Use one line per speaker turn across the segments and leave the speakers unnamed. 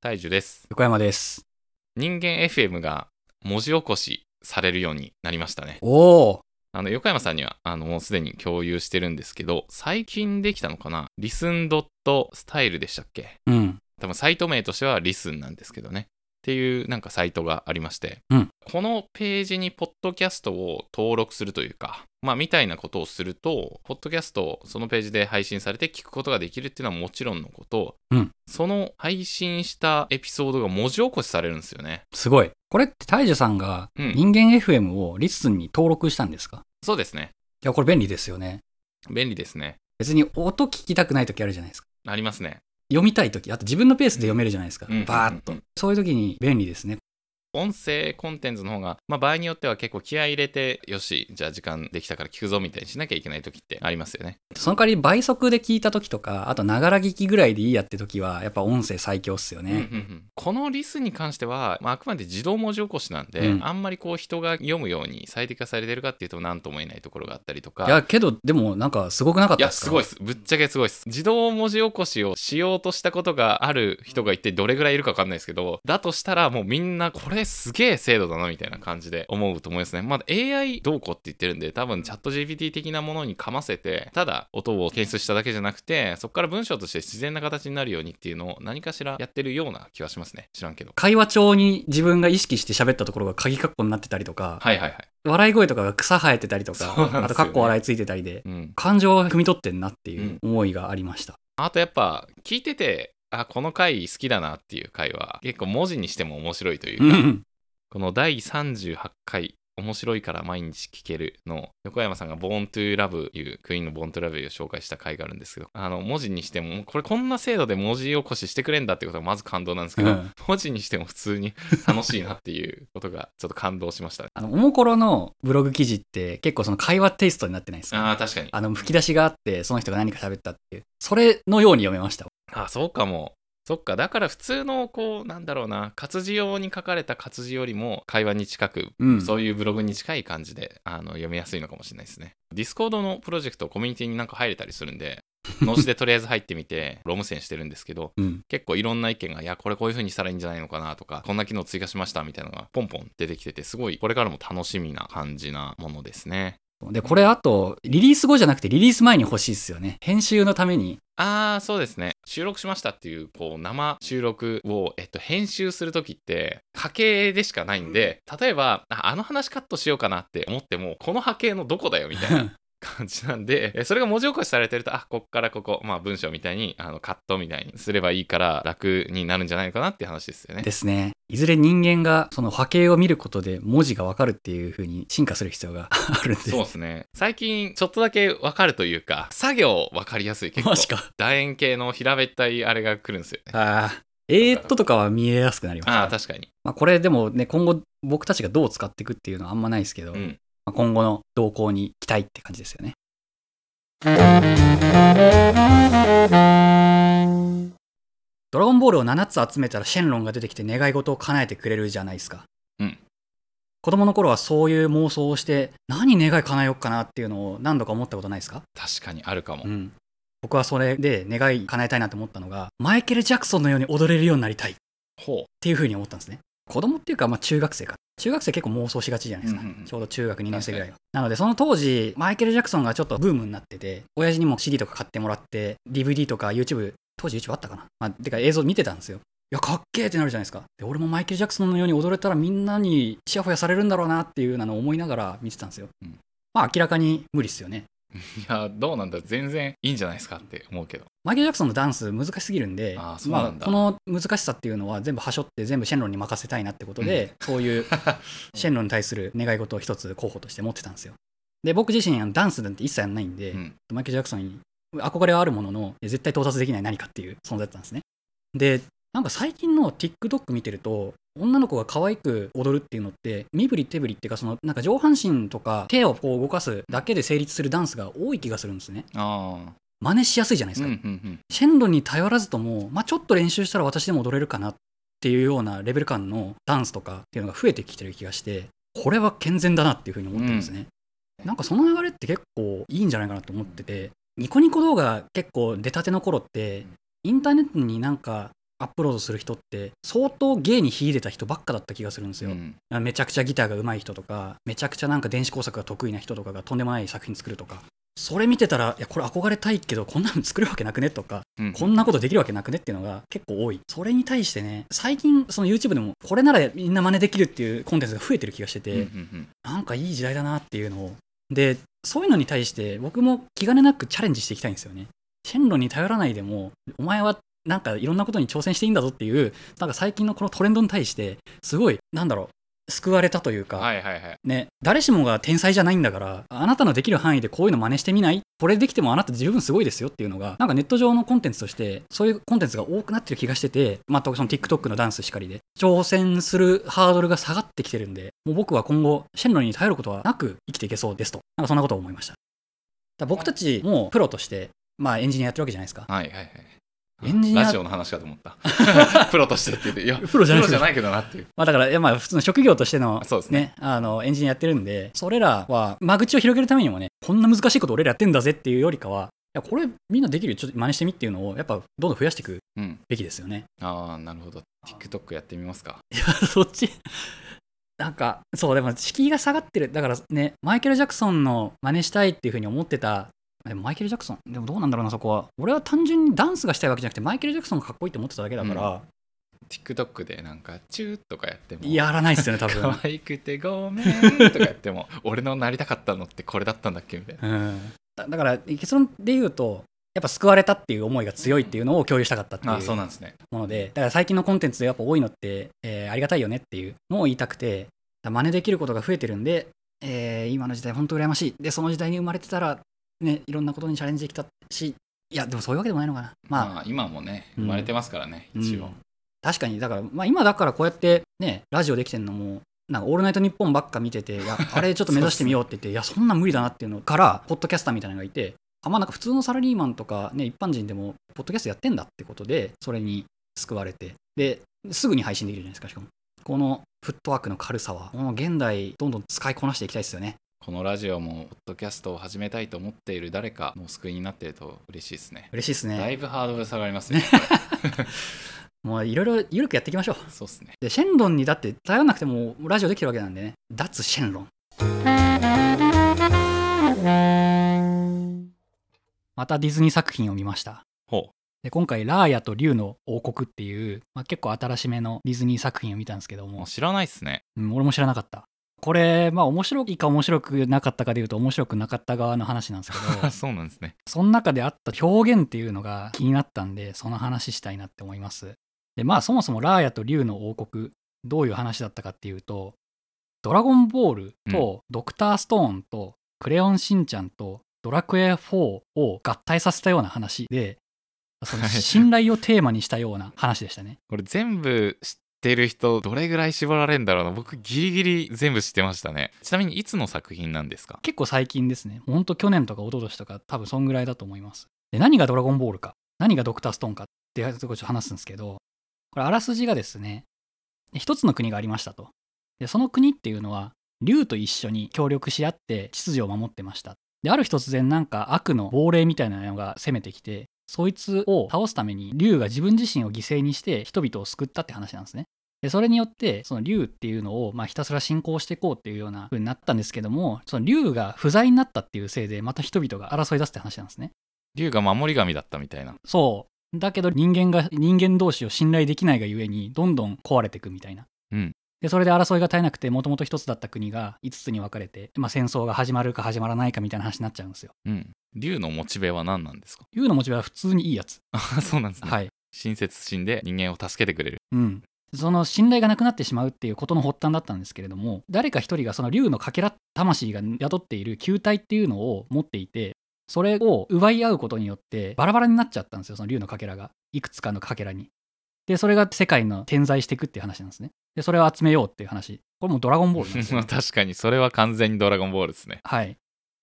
大樹です。
横山です。
人間 FM が文字起こしされるようになりましたね。
おお、
あの、横山さんには、あの、もうすでに共有してるんですけど、最近できたのかなリスンドットスタイルでしたっけ
うん、
多分サイト名としてはリスンなんですけどね。っていうなんかサイトがありまして、
うん
このページにポッドキャストを登録するというか、まあみたいなことをすると、ポッドキャストをそのページで配信されて聞くことができるっていうのはもちろんのこと、
うん
その配信したエピソードが文字起こしされるんですよね。
すごい。これって大樹さんが
うん
人間 FM をリスンに登録したんですか、い
そうですね。
や、これ便利ですよね。
便利ですね。
別に音聞きたくない時あるじゃないですか。
ありますね。
読みたい時、あと自分のペースで読めるじゃないですか。
うん
バーッと、
うん
そういう時に便利ですね。
音声コンテンツの方が、まあ、場合によっては結構気合い入れて、よし、じゃあ時間できたから聞くぞみたいにしなきゃいけない時ってありますよね。
その代わり倍速で聞いた時とか、あとながら聞きぐらいでいいやって時は、やっぱ音声最強っすよ
うんうんう
ね。
んこのリスに関しては、まあ、あくまで自動文字起こしなんで、
うん
あんまりこう人が読むように最適化されてるかっていうと何とも言えないところがあったりとか。
いや、けど、でもなんかすごくなかっ
い
た
や
ですか
すごいですぶっちゃけすごいです自動文字起こしをしようとしたことがある人が一体どれぐらいいるか分かんないですけどだとしたらもうみんなこれすげえ精度だなみたいな感じで思うと思いますねまだ AI どうこうって言ってるんで多分チャット GPT 的なものにかませてただ音を検出しただけじゃなくてそこから文章として自然な形になるようにっていうのを何かしらやってるような気はしますね知らんけど
会話帳に自分が意識して喋ったところが鍵括弧になってたりとか、
はいはいはい
笑い声とかが草生えてたりと
そうなん
か、
ですよね
あと括弧笑いついてたりで、
うん
感情を汲み取ってんなっていう思いがありました。
あとやっぱ聞いててあこの回好きだなっていう回は結構文字にしても面白いというか、
うん
この第38回面白いから毎日聞けるの横山さんが Born to Love いうクイーンの Born to Love を紹介した回があるんですけどあの文字にしてもこれこんな精度で文字起こししてくれんだってことが まず感動なんですけど、
うん
文字にしても普通に楽しいなっていうことがちょっと感動しましたね
あの、おもころのブログ記事って結構その会話テイストになってないですか
あー確かに
あの、吹き出しがあって、その人が何か喋ったっていう、それのように読めました。
あそうかもそっかだから普通のこうなんだろうな活字用に書かれた活字よりも会話に近く
うん。
そういうブログに近い感じであの読みやすいのかもしれないですね。ディスコードのプロジェクト、コミュニティになんか入れたりするん で、脳死でとりあえず入ってみて、ロム線してるんですけど、
うん。
結構いろんな意見が、いや、これこういう風にしたらいいんじゃないのかなとか、こんな機能追加しましたみたいなのがポンポン出てきてて、すごいこれからも楽しみな感じなものですね。
で、これあと、リリース後じゃなくてリリース前に欲しいですよね。編集のため に。
ああ、そうですね。収録しましたっていう、こう、生収録を、えっと、編集するときって、波形でしかないんで、例えば、ああの話カットしようかなって思っても、この波形のどこだよみたいな感じなんで、えそれが文字起こしされてると、あ、こっからここ、まあ、文章みたいに、あの、カットみたいにすればいいから、楽になるんじゃないのかなっていう話ですよね。
ですね。いずれ人間がその波形を見ることで文字がわかるっていう風に進化する必要があるんで。
そうですね。最近、ちょっとだけわかるというか、作業わかりやすい、結構
マ。ジか。
楕円形の平べったいあれが来るんですよね。
ああ。えーっととかは見えやすくなりました。
ああ、確かに。
まあ、これでもね、今後僕たちがどう使っていくっていうのはあんまないですけど、
うん。
まあ、今後の動向に期待って感じですよね。ドラゴンボールを7つ集めたらシェンロンが出てきて願い事を叶えてくれるじゃないですか。
うん
子供の頃はそういう妄想をして、何願い叶えようかなっていうのを何度か思ったことないですか
確かにあるかも。
うん。僕はそれで願い叶えたいなと思ったのが、マイケル・ジャクソンのように踊れるようになりたい。
ほう。
っていうふうに思ったんですね。子供っていうか、まあ中学生か。中学生結構妄想しがちじゃないですか。
うんうんうん
ちょうど中学2年生ぐらいは。なので、その当時、マイケル・ジャクソンがちょっとブームになってて、親父にも CD とか買ってもらって、DVD とか YouTube、当時 YouTube あったかなまあ、てか映像見てたんですよ。いや、かっけーってなるじゃないですか。で、俺もマイケル・ジャクソンのように踊れたらみんなにチヤホヤされるんだろうなっていうようなのを思いながら見てたんですよ。
うん
まあ、明らかに無理っすよね。
いや、どうなんだ全然いいんじゃないですかって思うけど。
マイケル・ジャクソンのダンス難しすぎるんで、
あーそうな
ま
ん
あ、
だ
この難しさっていうのは全部端折って全部シェンロンに任せたいなってことで、そう いうシェンロンに対する願い事を一つ候補として持ってたんですよ。で、僕自身あのダンスなんて一切やんないんで、
うん
マイケル・ジャクソンに憧れはあるものの、絶対到達できない何かっていう存在だったんですね。で、なんか最近の TikTok 見てると、女の子が可愛く踊るっていうのって、身振り手振りっていうか、そのなんか上半身とか手をこう動かすだけで成立するダンスが多い気がするんですね。
ああ。
真似しやすいじゃないです
うん
か
う。ん
シェンロンに頼らずとも、まあ、ちょっと練習したら私でも踊れるかなっていうようなレベル感のダンスとかっていうのが増えてきてる気がして、これは健全だなっていうふうに思ってるんですね。なんかその流れって結構いいんじゃないかなと思ってて、ニコニコ動画結構出たての頃って、インターネットになんかアップロードする人って相当芸に秀でた人ばっかだった気がするんですよ、
うん
あめちゃくちゃギターが上手い人とかめちゃくちゃなんか電子工作が得意な人とかがとんでもない作品作るとかそれ見てたらいやこれ憧れたいけどこんなの作るわけなくねとか
うん
こんなことできるわけなくねっていうのが結構多いそれに対してね最近その YouTube でもこれならみんな真似できるっていうコンテンツが増えてる気がしてて、
うんうん
なんかいい時代だなっていうのを。で、そういうのに対して僕も気兼ねなくチャレンジしていきたいんですよね。線路に頼らないでも、お前はなんかいろんなことに挑戦していいんだぞっていう、なんか最近のこのトレンドに対して、すごい、なんだろう、救われたというか、
うんはいはいはい
ね、誰しもが天才じゃないんだから、あなたのできる範囲でこういうの真似してみないこれできてもあなた十分すごいですよっていうのが、なんかネット上のコンテンツとして、そういうコンテンツが多くなってる気がしてて、まあ、その TikTok のダンスしかりで、挑戦するハードルが下がってきてるんで、もう僕は今後、線路に頼ることはなく生きていけそうですと、なんかそんなことを思いました。だから僕たちもプロとして、まあエンジニアやってるわけじゃないですか。
はいはいはい
エンジニア
ラジオの話かと思 ったプロとしてって言っていや
プロじゃないです
けどなっていう
まあだから、いやまあ普通の職業としての
そうですね
ね、あの、エンジニアやってるんで、それらは、間口を広げるためにもね、こんな難しいこと俺らやってんだぜっていうよりかは、いや、これみんなできるよ、ちょっと真似してみっていうのを、やっぱ、どんどん増やしていく
うん
べきですよね。
ああなるほど TikTok やってみますか
そっち、なんか、そう、でも、敷居が下がってる。だからね、マイケル・ジャクソンの真似したいっていうふうに思ってた、でもマイケル・ジャクソン、でもどうなんだろうな、そこは。俺は単純にダンスがしたいわけじゃなくて、マイケル・ジャクソンがかっこいいって思ってただけだから、
TikTok でなんかチューとかやっても
やらないですよね、多 分
可。愛くてごめんとかやっても 俺のなりたかったのってこれだったんだっけみたいな
うん、だだから結論で言うとやっぱ救われたっていう思いが強いっていうのを共有したかったってい
あーそう
う
なんですね
ものでだから最近のコンテンツでやっぱ多いのって、えーありがたいよねっていうのを言いたくてだ真似できることが増えてるんで、えー今の時代本当羨ましいでその時代に生まれてたらねいろんなことにチャレンジできたしいやでもそういうわけでもないのかなまあ、
まあ今もね
う
生
ん
まれてますからね
うん
一応
確かにだから、まあ、今だからこうやってねラジオできてるのもなんかオールナイトニッポンばっか見ててい やあれちょっと目指してみようって言っていやそんなん無理だなっていうのからポッドキャスターみたいなのがいてあまあなんか普通のサラリーマンとか、ね、一般人でもポッドキャストやってんだってことでそれに救われてですぐに配信できるじゃないですかしかもこのフットワークの軽さはこの現代どんどん使いこなしていきたいですよね
このラジオもポッドキャストを始めたいと思っている誰かの救いになっていると嬉しいですね
嬉しいです
だ
ね
いぶハードル下がりますね
もういろいろ緩くやっていきましょう
そうっすね
でシェンロンにだって頼らなくてもラジオできてるわけなんでね脱シェンロンまたディズニー作品を見ました
ほ
で今回「ラーヤと竜の王国」っていう、まあ、結構新しめのディズニー作品を見たんですけど
うも
も
う、 知らないっすね
うん、俺も知らなかったこれまあ面白いか面白くなかったかでいうと面白くなかった側の話なんですけ ど
そうなんですね
その中であった表現っていうのが気になったんでその話したいなって思いますでまあそもそも「ラーヤと竜の王国」どういう話だったかっていうと「ドラゴンボール」と「ドクターストーン」と「クレヨンしんちゃん」と「ドラクエ4」を合体させたような話でその
はい
信頼をテーマにしたような話でしたね
これ全部知ってる人どれぐらい絞られるんだろうな僕ギリギリ全部知ってましたねちなみにいつの作品なんですか
結構最近ですね。ほんと去年とか一昨年とか多分そんぐらいだと思います。で、何がドラゴンボールか、何がドクターストーンかっていうところをちょっと話すんですけど、これあらすじがですね、一つの国がありましたと。で、その国っていうのは、竜と一緒に協力し合って秩序を守ってました。で、ある日突然なんか悪の亡霊みたいなのが攻めてきて、そいつを倒すために竜が自分自身を犠牲にして人々を救ったって話なんですね。でそれによってその竜っていうのを、まあ、ひたすら信仰していこうっていうような風になったんですけどもその竜が不在になったっていうせいでまた人々が争い出すって話なんですね
竜が守り神だったみたいな
そうだけど人間が人間同士を信頼できないがゆえにどんどん壊れていくみたいな、
うん
でそれで争いが絶えなくてもともと一つだった国が5つに分かれて、まあ、戦争が始まるか始まらないかみたいな話になっちゃうんですよ
うん竜のモチベは何なんですか
竜のモチベは普通にいいやつ、
あそうなんですね、
はい
親切心で人間を助けてくれる
うん、その信頼がなくなってしまうっていうことの発端だったんですけれども誰か一人がその竜のかけら魂が宿っている球体っていうのを持っていてそれを奪い合うことによってバラバラになっちゃったんですよその竜のかけらがいくつかのかけらにでそれが世界の点在していくっていう話なんですねでそれを集めようっていう話これもうドラゴンボールなんですよ
まあ 確かにそれは完全にドラゴンボールですね
はい。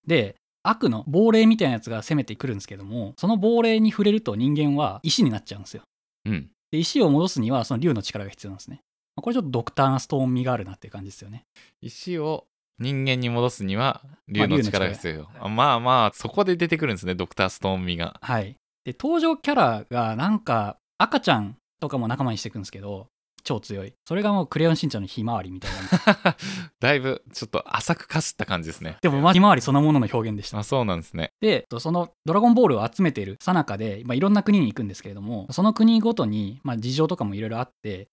で、悪の亡霊みたいなやつが攻めてくるんですけども、その亡霊に触れると人間は石になっちゃうんですよ。
うん
で、石を戻すにはその竜の力が必要なんですね。まあこれちょっとドクターストーン味があるなっていう感じですよね。
石を人間に戻すには竜
まあ
の
竜の力
力が必要、あまあまあそこで出てくるんですねドクターストーンミが
はい。で、登場キャラがなんか赤ちゃんとかも仲間にしていくんですけど、超強い。それがもうクレヨンしんちゃんのひまわりみたいな。
だいぶちょっと浅くかすった感じですね。
でも、まあ、ひまわりそのものの表現でした。
あそうなんですね。
で、そのドラゴンボールを集めているさなかで、まあ、いろんな国に行くんですけれども、その国ごとに、まあ、事情とかもいろいろあって、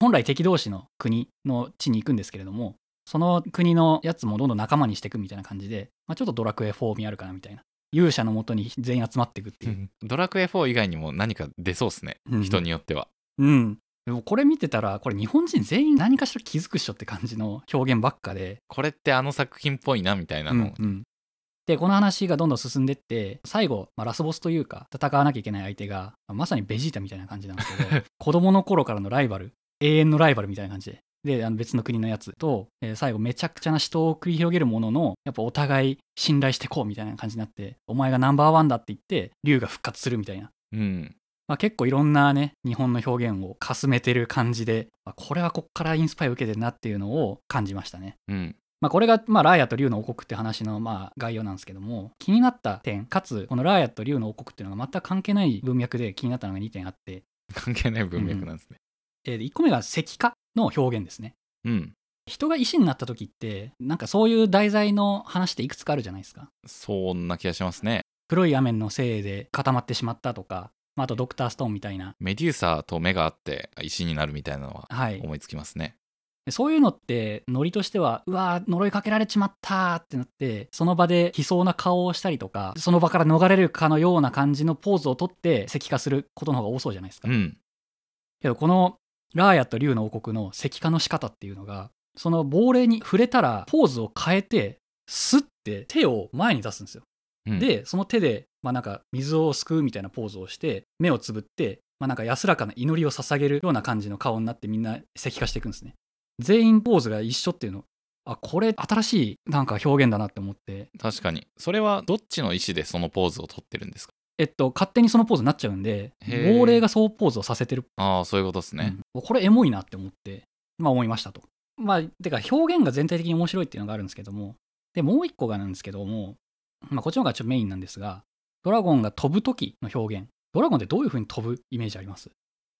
本来敵同士の国の地に行くんですけれども、その国のやつもどんどん仲間にしていくみたいな感じで、まあ、ちょっとドラクエ4味あるかなみたいな。勇者のもとに全員集まっていくっていう。
ドラクエ4以外にも何か出そうですね。
うん
人によっては。
うん。でもこれ見てたら、これ日本人全員何かしら気づくっしょって感じの表現ばっかで。
これってあの作品っぽいなみたいな
うん
の、
うんで、この話がどんどん進んでって、最後、まあ、ラスボスというか、戦わなきゃいけない相手が、まあまさにベジータみたいな感じなんですけ ど、子供の頃からのライバル、永遠のライバルみたいな感じで。で、あの別の国のやつと、えー最後めちゃくちゃな死闘を繰り広げるものの、やっぱお互い信頼してこうみたいな感じになって、お前がナンバーワンだって言って、竜が復活するみたいな。
うん、
まあ、結構いろんなね日本の表現をかすめてる感じで、まあこれはこっからインスパイア受けてるなっていうのを感じましたね。
うん、
まあ、これが、まあ、ラーヤと竜の王国って話の、まあ、概要なんですけども気になった点かつこのラーヤと竜の王国っていうのが全く関係ない文脈で気になったのが2点あって、
関係ない文脈なんですね。
え1個目が石化の表現ですね。
うん、
人が石になった時ってなんかそういう題材の話っていくつかあるじゃないですか。
そんな気がしますね。
黒い雨のせいで固まってしまったとか、まあ、あとドクターストーンみたいな。
メデューサと目が合って石になるみたいなのは
はい、
思いつきますね。
でそういうのってノリとしてはうわー呪いかけられちまったーってなってその場で悲壮な顔をしたりとかその場から逃れるかのような感じのポーズをとって石化することの方が多そうじゃないですか、
うん、
けどこのラーヤと竜の王国の石化の仕方っていうのがその亡霊に触れたらポーズを変えてスッて手を前に出すんですよ
うん、
でその手で、まあ、なんか水をすくうみたいなポーズをして目をつぶって、まあ、なんか安らかな祈りを捧げるような感じの顔になってみんな石化していくんですね全員ポーズが一緒っていうのあこれ新しいなんか表現だなって思って
確かにそれはどっちの石でそのポーズを取ってるんですか
えっと勝手にそのポーズになっちゃうんで
へー
亡霊がそうポーズをさせてる、
ああそういうことですね。
うんこれエモいなって思ってまあ思いましたとまあてか表現が全体的に面白いっていうのがあるんですけどもでもう一個がなんですけどもまあこっちの方がちょっとメインなんですがドラゴンが飛ぶ時の表現ドラゴンってどういう風に飛ぶイメージあります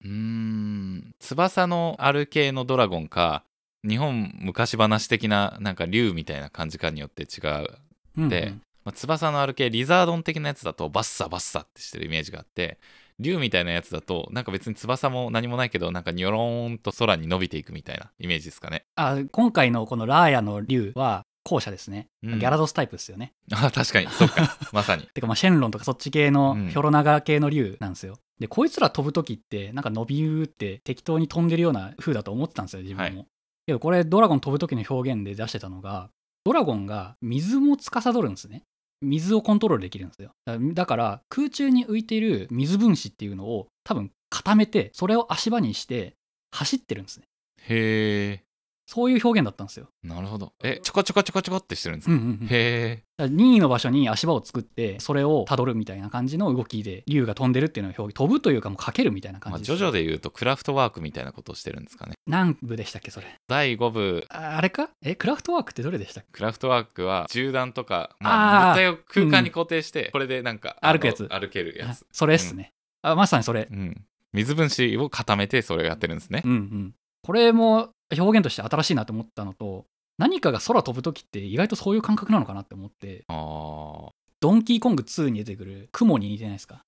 うーん翼のある系のドラゴンか日本昔話的ななんか竜みたいな感じかによって違う
うん
でまあ翼のある系リザードン的なやつだとバッサバッサってしてるイメージがあって竜みたいなやつだとなんか別に翼も何もないけどなんかニョローンと空に伸びていくみたいなイメージですかね、
あ今回のこのラーヤの竜は後者ですね、
うん
ギャラドスタイプですよね
あ確かにそうか まさに
てかまあシェンロンとかそっち系の
うん
ヒョロナガ系の竜なんですよ、でこいつら飛ぶ時ってなんか伸びうーって適当に飛んでるような風だと思ってたんですよ自分も、けどこれドラゴン飛ぶ時の表現で出してたのがドラゴンが水も司るんですね水をコントロールできるんですよだだから空中に浮いている水分子っていうのを多分固めてそれを足場にして走ってるんですね
へ
そういう表現だったんですよ、
えなるほどえちょこちょこちょこちょこってしてるんです
うん
か、
うんうん、
へえ
だから任意の場所に足場を作ってそれをたどるみたいな感じの動きで竜が飛んでるっていうのを表現飛ぶというかもうかけるみたいな感
まあ、
じ
ジョジョで言うとクラフトワークみたいなことをしてるんですかね
何部でしたっけそれ
第5部
ああれかえクラフトワークってどれでしたっけ
クラフトワークは銃弾とか、
あー
まあ、物体を空間に固定して、これでなんか
歩くやつ
あの歩けるやつ
あ、それっすね、あまさにそれ
うん、水分子を固めてそれをやってるんですね
うんうんこれも表現として新しいなと思ったのと何かが空飛ぶ時って意外とそういう感覚なのかなって思って
ああ
ドンキーコング2に出てくる雲に似てないですか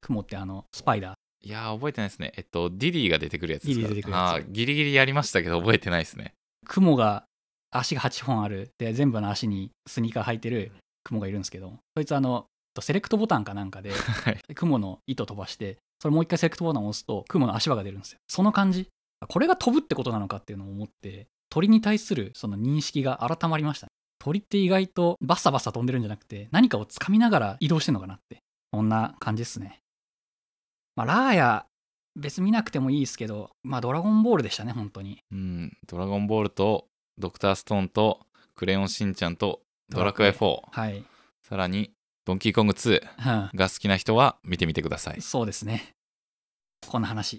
雲ってあのスパイダー
いやー覚えてないですねえっとディディが出てくるやつですか
ディディ出てくるやつ
あーギリギリやりましたけど覚えてないですね
雲が足が8本あるで全部の足にスニーカー履いてる雲がいるんですけどそいつあのセレクトボタンかなんかで
はい
雲の糸飛ばしてそれもう一回セレクトボタンを押すと雲の足場が出るんですよその感じあこれが飛ぶってことなのかっていうのを思って鳥に対するその認識が改まりましたね鳥って意外とバッサバッサ飛んでるんじゃなくて何かをつかみながら移動してんのかなってそんな感じですねまあラーヤ別に見なくてもいいですけどまあドラゴンボールでしたね本当に
うんドラゴンボールとドクターストーンとクレヨンしんちゃんとドラクエ4
はい、うん
さらにドンキーコング2が好きな人は見てみてください
そうですね。こんな話。